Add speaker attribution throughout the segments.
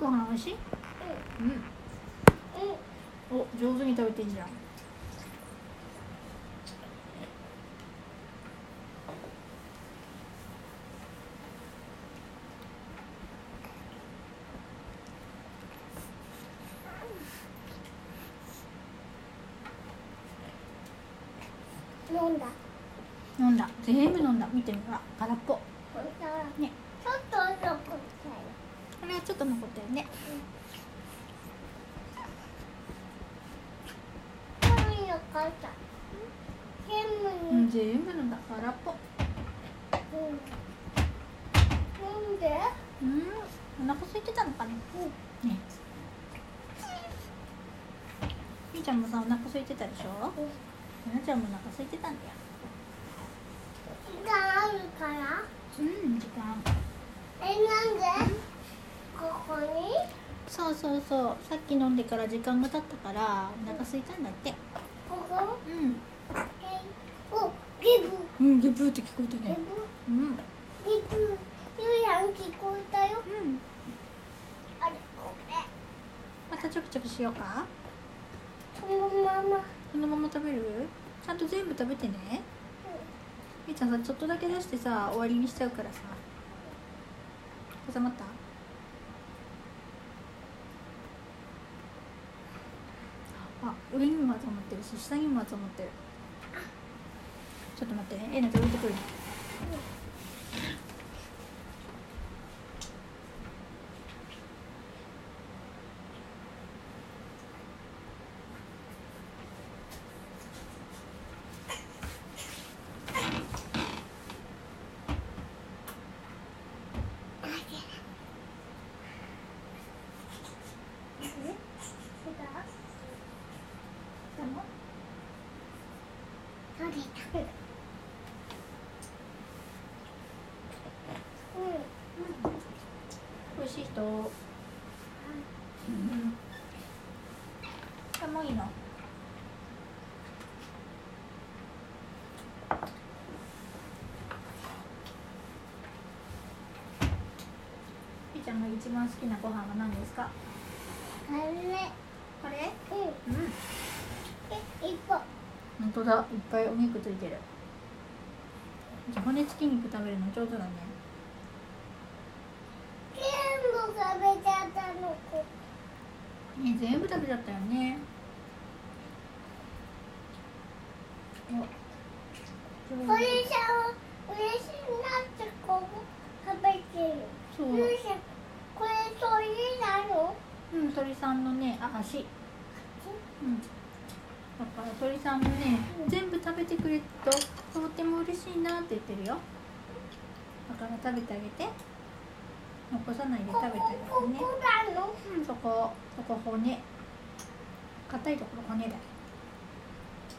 Speaker 1: ご飯美味しいうんお上手に食べていいじゃん
Speaker 2: 飲んだ。
Speaker 1: 飲んだ全部飲んだ見てみほら空っぽ
Speaker 2: 本当。
Speaker 1: ね
Speaker 2: ちょっと残ったよ。
Speaker 1: これはちょっと残ったよね
Speaker 2: 飲みよかった。ゲー
Speaker 1: う
Speaker 2: ムに。
Speaker 1: ん全部飲んだ空っぽ
Speaker 2: うん。飲んで。
Speaker 1: うんお腹空いてたのかな
Speaker 2: うん。
Speaker 1: ねみーちゃんもさお腹空いてたでしょ
Speaker 2: うん
Speaker 1: ななちゃんもお腹空いてたんだよ
Speaker 2: 時間あるから。
Speaker 1: うん時間
Speaker 2: え、なんで。ここに。
Speaker 1: そうそうそうさっき飲んでから時間が経ったからお腹空いたんだって
Speaker 2: ここ。
Speaker 1: うん
Speaker 2: え。お。ギブ。
Speaker 1: うんゲブーって聞こえた
Speaker 2: ギ
Speaker 1: ね
Speaker 2: ブ。
Speaker 1: うんうん
Speaker 2: ギブ。ゆうやん聞こえたよ。あれ。これ。
Speaker 1: またちょくちょくしようか
Speaker 2: そのまま。
Speaker 1: このまま食べるちゃんと全部食べてねみーちゃんさちょっとだけ出してさ終わりにしちゃうからさ収まったあ上にも集まってるし下にも集まってるちょっと待ってねえなちゃん置いてくるね美味しい人うんあもういいのみーちゃんが一番好きなご飯は何ですかこれうん本当だいっぱいお肉ついてるじゃあ骨付き肉食べるの上手だねね全部食べちゃったよねお上手そううん鳥さんのねあ足うんだから鳥さんもね
Speaker 2: うん
Speaker 1: 全部食べてくれるととっても嬉しいなって言ってるよだから食べてあげて残さないで食べてあげてねうんそこそこ骨硬いところ骨だよ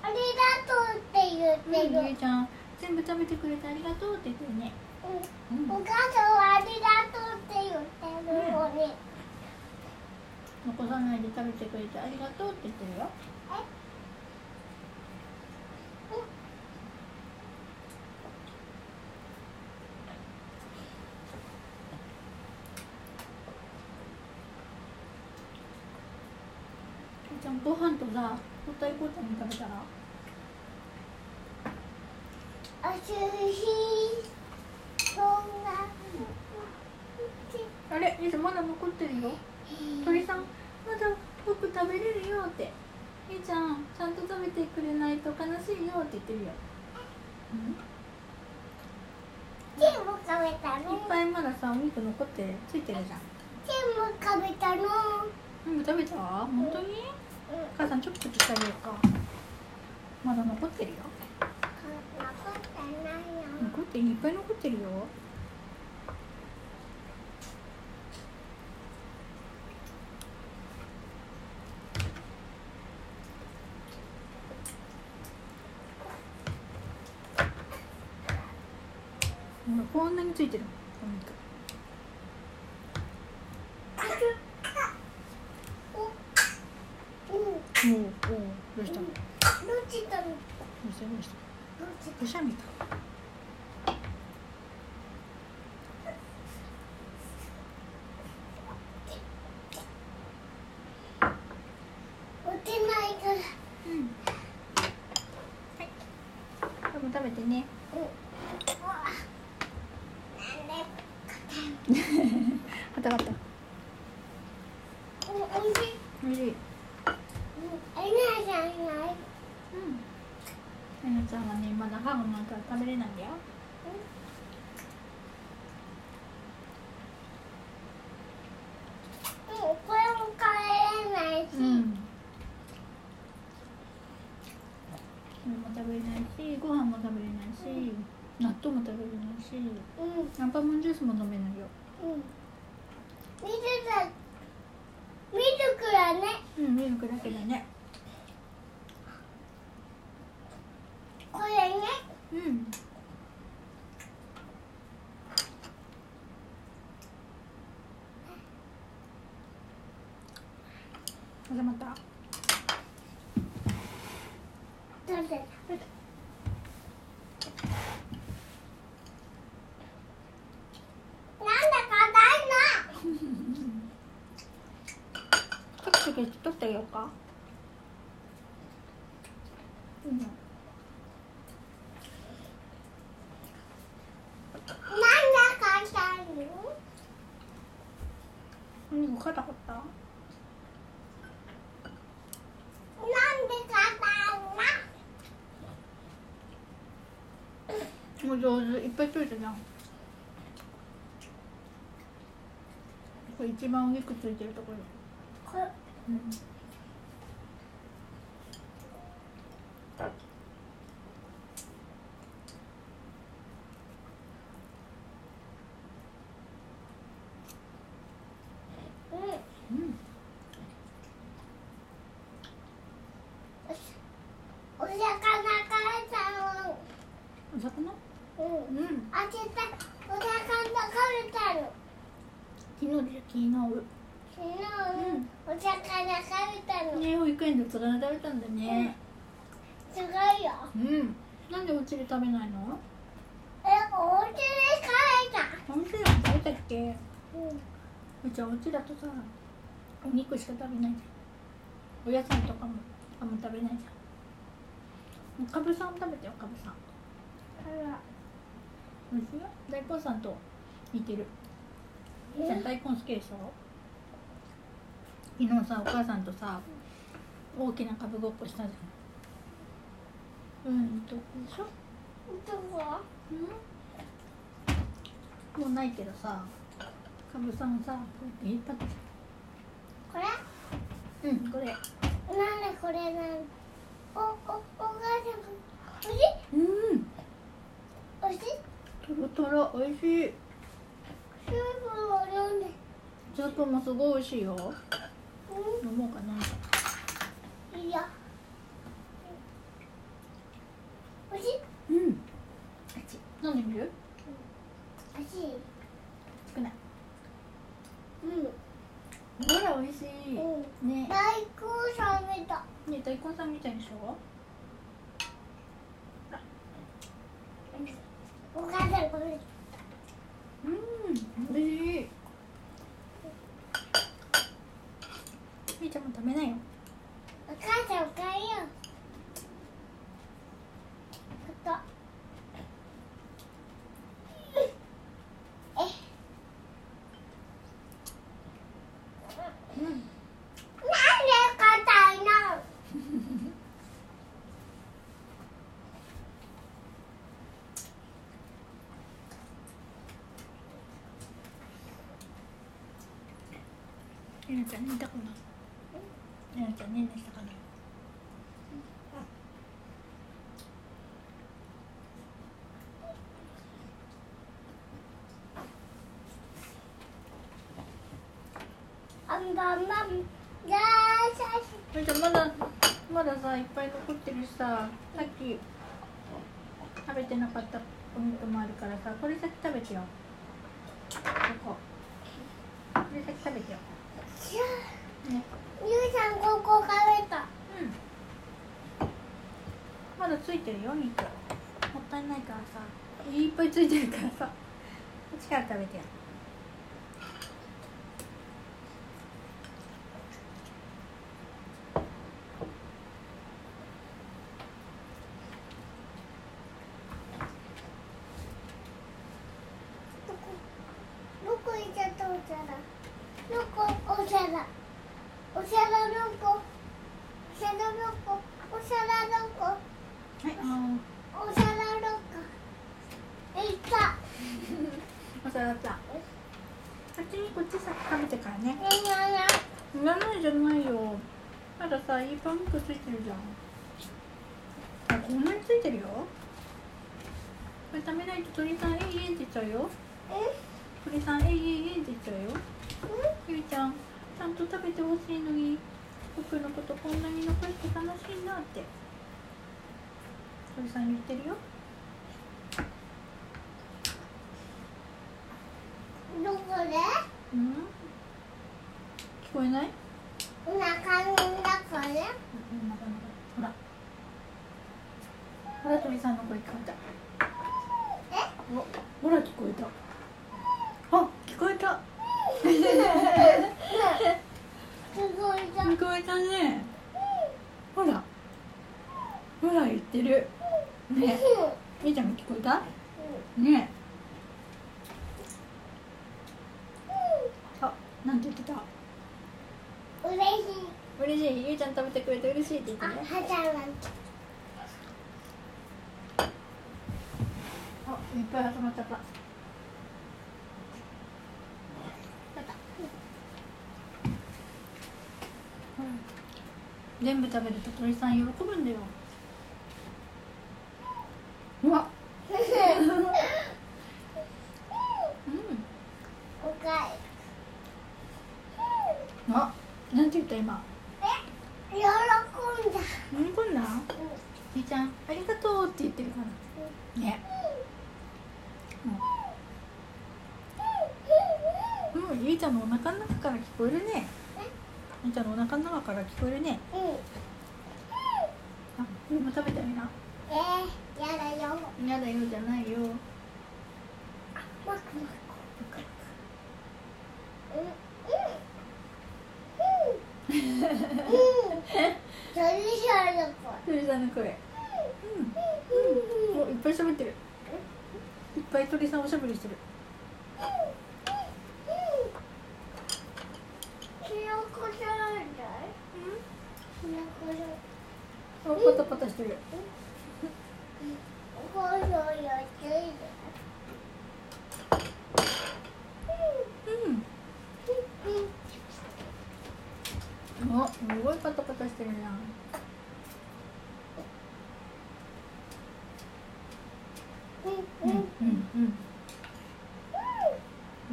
Speaker 1: うん、ゆうちゃん全部食べてくれてありがとうって言ってるね、うん、残さないで食べてくれてありがとうって言ってるよゆうちゃんご飯とさもったいこうたに食べたらあれゆうちゃんまだ残ってるよ鳥さんまだ僕食べれるよってゆうちゃんちゃんと食べてくれないと悲しいよって言ってるよ、うん、
Speaker 2: 全部食べた
Speaker 1: い
Speaker 2: の
Speaker 1: っぱいまださお肉残ってついてるじゃん
Speaker 2: 全部食べたの
Speaker 1: 全部食べた本当に
Speaker 2: うん
Speaker 1: お母さんちょくちょくしてあげようかまだ残ってるよ
Speaker 2: 残ってないよ
Speaker 1: 残ってるいっぱい残ってるよほらこんなについてるお肉
Speaker 2: うんうん
Speaker 1: おうおうどうした
Speaker 2: ど
Speaker 1: のど
Speaker 2: っちだろう
Speaker 1: うしたどうした
Speaker 2: どっち
Speaker 1: くしゃみか
Speaker 2: どっ
Speaker 1: べてね
Speaker 2: うんうわなんで硬い
Speaker 1: 硬かった
Speaker 2: うんおいしい
Speaker 1: おいしい
Speaker 2: うんあれなんじゃな
Speaker 1: う
Speaker 2: い
Speaker 1: んえなちゃんはねまだハムなんか食べれないんだよ
Speaker 2: もうこれも帰れないし、
Speaker 1: それも食べれないしご飯も食べれないし、納豆も食べれないし
Speaker 2: うん
Speaker 1: アンパンマンジュースも飲めないよ
Speaker 2: うんミルだミルクだね
Speaker 1: うんミルクだけだね
Speaker 2: これね
Speaker 1: うん挟まった
Speaker 2: どうせなんだ硬い
Speaker 1: チョキチョキ取ってあげようかうん
Speaker 2: のなんだ硬いの
Speaker 1: お肉硬かった
Speaker 2: なんで硬いの
Speaker 1: もう上手いっぱい取れたじゃんこれ一番お肉ついてるところ
Speaker 2: これ
Speaker 1: うん
Speaker 2: うん
Speaker 1: うん
Speaker 2: お魚か
Speaker 1: お
Speaker 2: ら
Speaker 1: 魚
Speaker 2: たのうん
Speaker 1: うん
Speaker 2: あちたお魚からたの
Speaker 1: 昨日で昨日
Speaker 2: 昨日、お魚食べたの、
Speaker 1: ね保育園でお魚食べたんだね
Speaker 2: すごいよ
Speaker 1: うんなんでお家で食べないの
Speaker 2: えお家で食べた
Speaker 1: お店でも食べたっけ
Speaker 2: うん
Speaker 1: うちはお家だとさお肉しか食べないじゃんお野菜とかもあんま食べないじゃんかぶさん食べてよかぶさん
Speaker 2: あら
Speaker 1: おいしいよ大根さんと似てるじゃあ大根好きでしょ昨日さお母さんとさ大きなかぶごっこしたじゃんうんどこでしょ
Speaker 2: どこ
Speaker 1: うんもうないけどさかぶさんさこうやって引っ張って
Speaker 2: これ
Speaker 1: うんこれ
Speaker 2: なんでこれなんおおお母さんおし
Speaker 1: うん
Speaker 2: おし
Speaker 1: とろとろおいしい
Speaker 2: スープを飲んで
Speaker 1: スープもすごいおいしいよ
Speaker 2: う
Speaker 1: 飲もうかなん
Speaker 2: いいよおし
Speaker 1: うん飲んでみる
Speaker 2: おし
Speaker 1: 少ない
Speaker 2: うん
Speaker 1: ほらおいしい
Speaker 2: うん
Speaker 1: ね
Speaker 2: 大根さん見た
Speaker 1: ね大根さんみたいでしょ
Speaker 2: お母さんこれ
Speaker 1: うん、おいしい。みーちゃんも食べなよ。
Speaker 2: お母さんおかえりよちょっとえ
Speaker 1: うん、
Speaker 2: なんで硬いの
Speaker 1: えなちゃん寝たかな。えなちゃんね、寝たかな。
Speaker 2: あんばんばんだーさし
Speaker 1: えなちゃん、まだ、まださ、いっぱい残ってるしさ、さっき。食べてなかったお肉もあるからさ、これ先食べてよ。ここ。これ先食べてよ。
Speaker 2: いや
Speaker 1: ね。
Speaker 2: ゆうさんここ食べた
Speaker 1: うん。まだついてるよ、肉。もったいないからさ。いっぱいついてるからさ。こっちから食べてよ。
Speaker 2: おお皿の子お皿の子お皿の子
Speaker 1: はいあ
Speaker 2: お皿の子いっ
Speaker 1: ー
Speaker 2: た
Speaker 1: お皿だったあっちにこっちさ食べてからね
Speaker 2: ねえやや
Speaker 1: いらないじゃないよまださいいパン粉ついてるじゃんあこんなについてるよこれ食べないと鳥さんえいえいって言っちゃうよ
Speaker 2: え
Speaker 1: 鳥さんえいえいえいって言っちゃうよ
Speaker 2: うん
Speaker 1: ゆいちゃんちゃんと食べてほしいのに僕のことこんなに残して悲しいなって鳥さん言ってるよ
Speaker 2: どこで
Speaker 1: うん聞こえない
Speaker 2: お腹の中で
Speaker 1: うんなかなかほらほら鳥さんの声聞こえた
Speaker 2: え
Speaker 1: おほら聞こえたあ聞こえた
Speaker 2: すごいじゃん
Speaker 1: 聞こえたねほらほら言ってるねみーちゃんも聞こえたねあなんて言ってた
Speaker 2: うれしい
Speaker 1: 嬉しいゆいちゃん食べてくれて嬉しいって言っ
Speaker 2: あ
Speaker 1: て
Speaker 2: は
Speaker 1: ね
Speaker 2: ちゃんが
Speaker 1: あいっぱい挟まっちゃった全部食べると鳥さん喜ぶんだようわう
Speaker 2: おか
Speaker 1: んあなんて言った今
Speaker 2: え喜んだ
Speaker 1: 喜んだゆいちゃんありがとうって言ってるかなねうん、うん、ゆいちゃんのお腹の中から聞こえるねゆいちゃんのお腹の中から聞こえるね
Speaker 2: うんうん
Speaker 1: あこれも食べたいな
Speaker 2: えー、やだよ。
Speaker 1: 嫌だよじゃないよ
Speaker 2: マクマク。うんうんうんうん。ジョリジョの子。
Speaker 1: 鳥さんの声うんおいっぱい喋ってるいっぱい鳥さんおしゃべりしてる
Speaker 2: キノコサラダ。キノコサラ
Speaker 1: お
Speaker 2: ダ。
Speaker 1: パタパタしてる
Speaker 2: お母さんやってる。
Speaker 1: うんおすごいパタパタしてるじゃん
Speaker 2: うんうん
Speaker 1: うんうん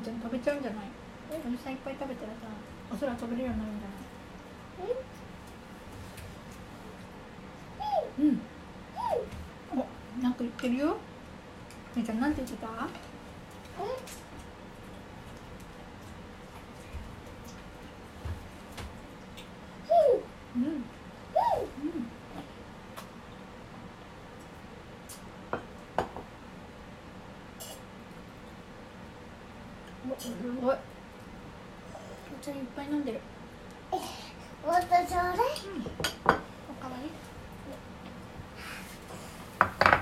Speaker 1: じゃあ飛べちゃうんじゃない鳥さんいっぱい食べたらさお空飛べるようになるんじゃないうんおなんか言ってるよみーちゃんなんて言ってたうんうんおすごいお茶いっぱい飲んでる
Speaker 2: もっとちょうだい。
Speaker 1: おかわり
Speaker 2: ゆうちゃんが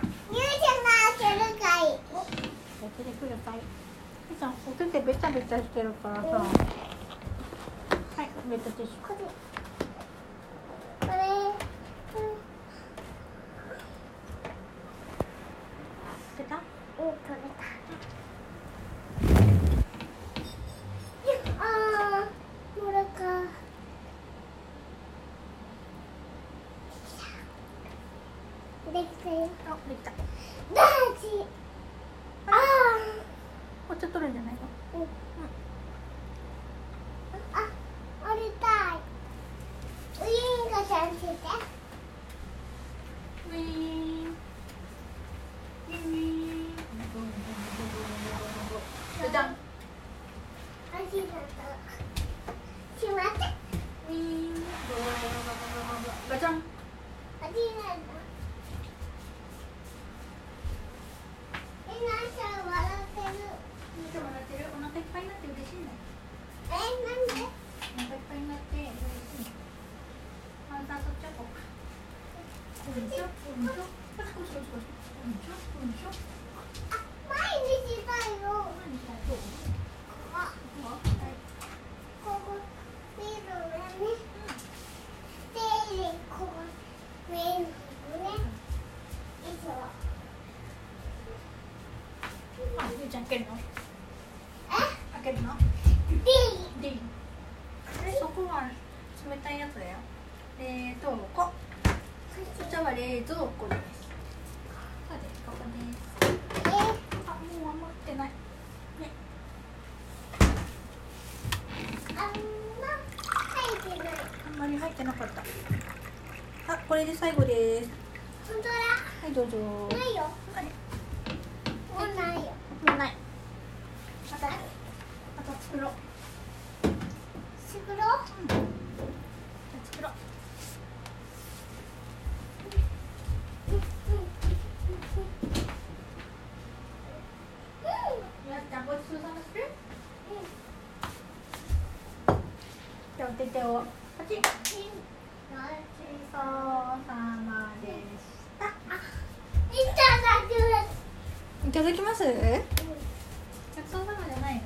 Speaker 2: 開けるかい。
Speaker 1: やってください。みーちゃん、お手でベタベタしてるからさ。はい、ベタティッシ
Speaker 2: これ。こ
Speaker 1: ュ。
Speaker 2: れ。うん
Speaker 1: 捨てた。
Speaker 2: うん、取れた。ああ、もらか。できたよ。
Speaker 1: あ、できた。
Speaker 2: ダージ。あ
Speaker 1: お茶取るんじゃないの。
Speaker 2: あ、うん、あ、折りたい。ウィンがさんしてて。
Speaker 1: ウィーン。ウィーン。じゃじゃん。ウ
Speaker 2: ありがとう。しまって。
Speaker 1: ィーン。ガチャン。
Speaker 2: ありがとう。えなちゃん笑ってる。
Speaker 1: みーちゃん笑ってる。お腹いっぱいになって嬉しいんだよ。
Speaker 2: え、なんで？
Speaker 1: お腹いっぱいになって嬉しい。あんたそっちゃこうか。こんにちは。こんにちは。こしこしこしこし。こんにちは。こんにちは。
Speaker 2: あ、毎日だよ。
Speaker 1: 何したいどう
Speaker 2: あ、
Speaker 1: ここは
Speaker 2: ここビールが
Speaker 1: う
Speaker 2: ね。
Speaker 1: ん、けるの開けるのでいいそこは冷たいやつだよ冷凍庫こっちは冷蔵庫ですそうですここですあもう余ってないあんまり入ってなかったあこれで最後ですはいどうぞあれもうないまたまた作ろう作ろうやったごちそうさまですじゃあお手手をパチンごちそうさまでしたいただきますごちそうさまじゃないな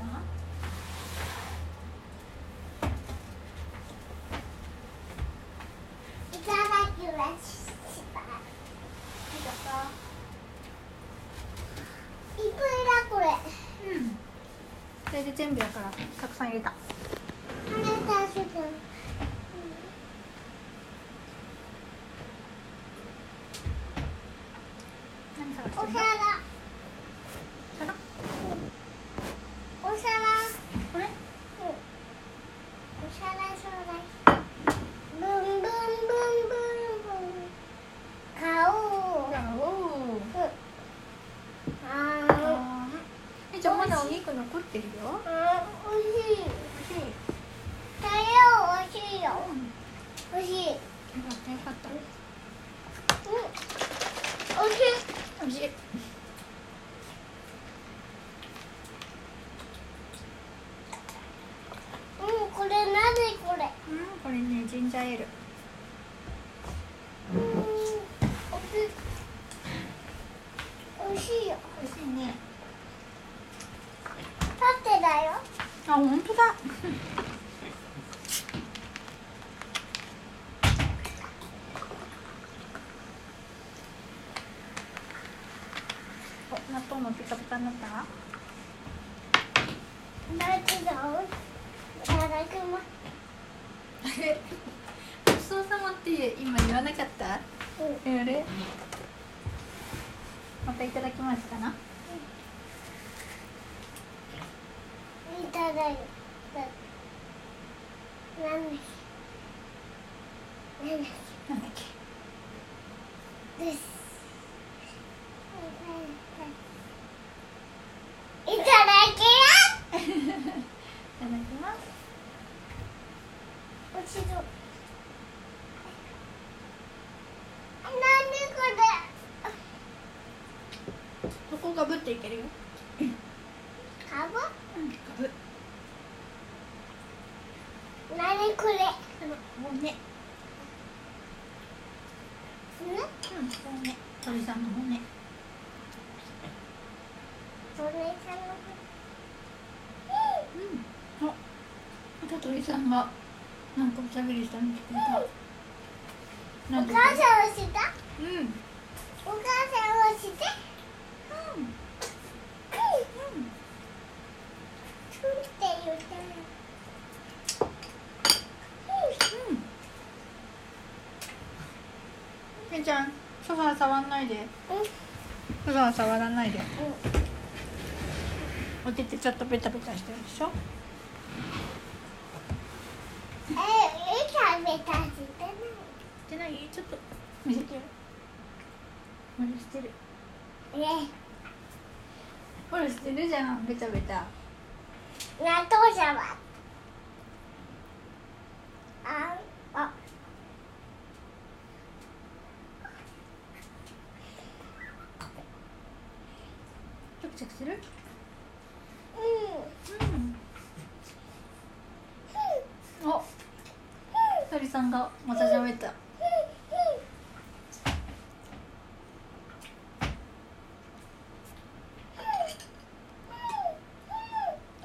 Speaker 1: うんこれで全部やからたくさん入れた何探して
Speaker 2: お
Speaker 1: るの
Speaker 2: 皿
Speaker 1: 皿
Speaker 2: お皿
Speaker 1: これ
Speaker 2: お皿ちょうだいブンブンブンブンブン買おう
Speaker 1: じゃあおーあ
Speaker 2: あ
Speaker 1: ーえじゃあまだお肉残ってるよ
Speaker 2: ーうん美味しい
Speaker 1: 美味しい
Speaker 2: だよ美味しいよ美味しいう
Speaker 1: よ
Speaker 2: ん
Speaker 1: かったよかった
Speaker 2: 美味しい
Speaker 1: おいしい
Speaker 2: うんこれなにこれ
Speaker 1: うんこれねジンジャーエール
Speaker 2: うん美味しい美味しいよ
Speaker 1: 美味しいね
Speaker 2: 立ってだよ
Speaker 1: あ本当だお納豆もピカピカになったわ
Speaker 2: だけどいただきます
Speaker 1: ごちそうさまって今言わなかった
Speaker 2: うん
Speaker 1: やれまたいただきますかない
Speaker 2: ただいた。なんだっけ。なんだっ
Speaker 1: なんだっけ
Speaker 2: け。です。いただきま
Speaker 1: いただきます
Speaker 2: す。落ちる。なにこれ。
Speaker 1: そこがぶっていけるよ
Speaker 2: か
Speaker 1: うんかぶ
Speaker 2: ぶ。なにこれ。
Speaker 1: 骨
Speaker 2: うん。
Speaker 1: うん、骨。鳥さんの骨。
Speaker 2: お姉さんの。
Speaker 1: うん。あ、また鳥さんがなんかおしゃべりしたの聞こえた。
Speaker 2: お
Speaker 1: なんか
Speaker 2: 母さんをした。
Speaker 1: うん。うん。
Speaker 2: お母さんをして。
Speaker 1: うん。
Speaker 2: ふんって言って
Speaker 1: うん。みちゃん、ソファー触んないで。
Speaker 2: も。うん。
Speaker 1: ソファー触らないで。お手手ちょっとベタベタしてるでしょ。
Speaker 2: え、え、食べたしてない。
Speaker 1: してない？ちょっと見せてる。無理してる。
Speaker 2: え、
Speaker 1: ほらしてるじゃん。ベタベタ。
Speaker 2: 納豆じゃわ。あ、あ。
Speaker 1: チョクチョクする？
Speaker 2: うん。
Speaker 1: うん。お、鳥さんがまた喋った。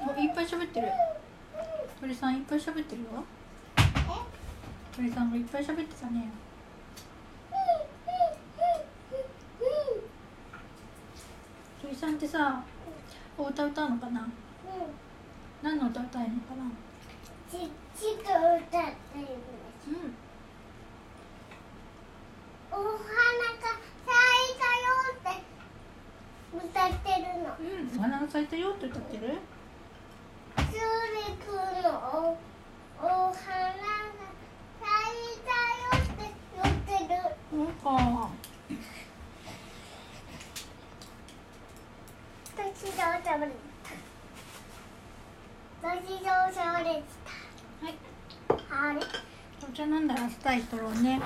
Speaker 1: お、いっぱい喋ってる。鳥さんいっぱい喋ってるよ。鳥さんがいっぱい喋ってたね。鳥さんってさ、お歌歌うのかな何の歌歌えるのかな
Speaker 2: ちっちと歌ってるんです
Speaker 1: うん
Speaker 2: お花が咲いたよって歌ってるの
Speaker 1: うん、お花が咲いたよって歌ってる。
Speaker 2: チューリップのおお花が咲いたよって言ってる
Speaker 1: そうか。
Speaker 2: 私が倒れた私が倒れ
Speaker 1: はい、
Speaker 2: たあれ
Speaker 1: お茶飲んだらスタイ取ろうね。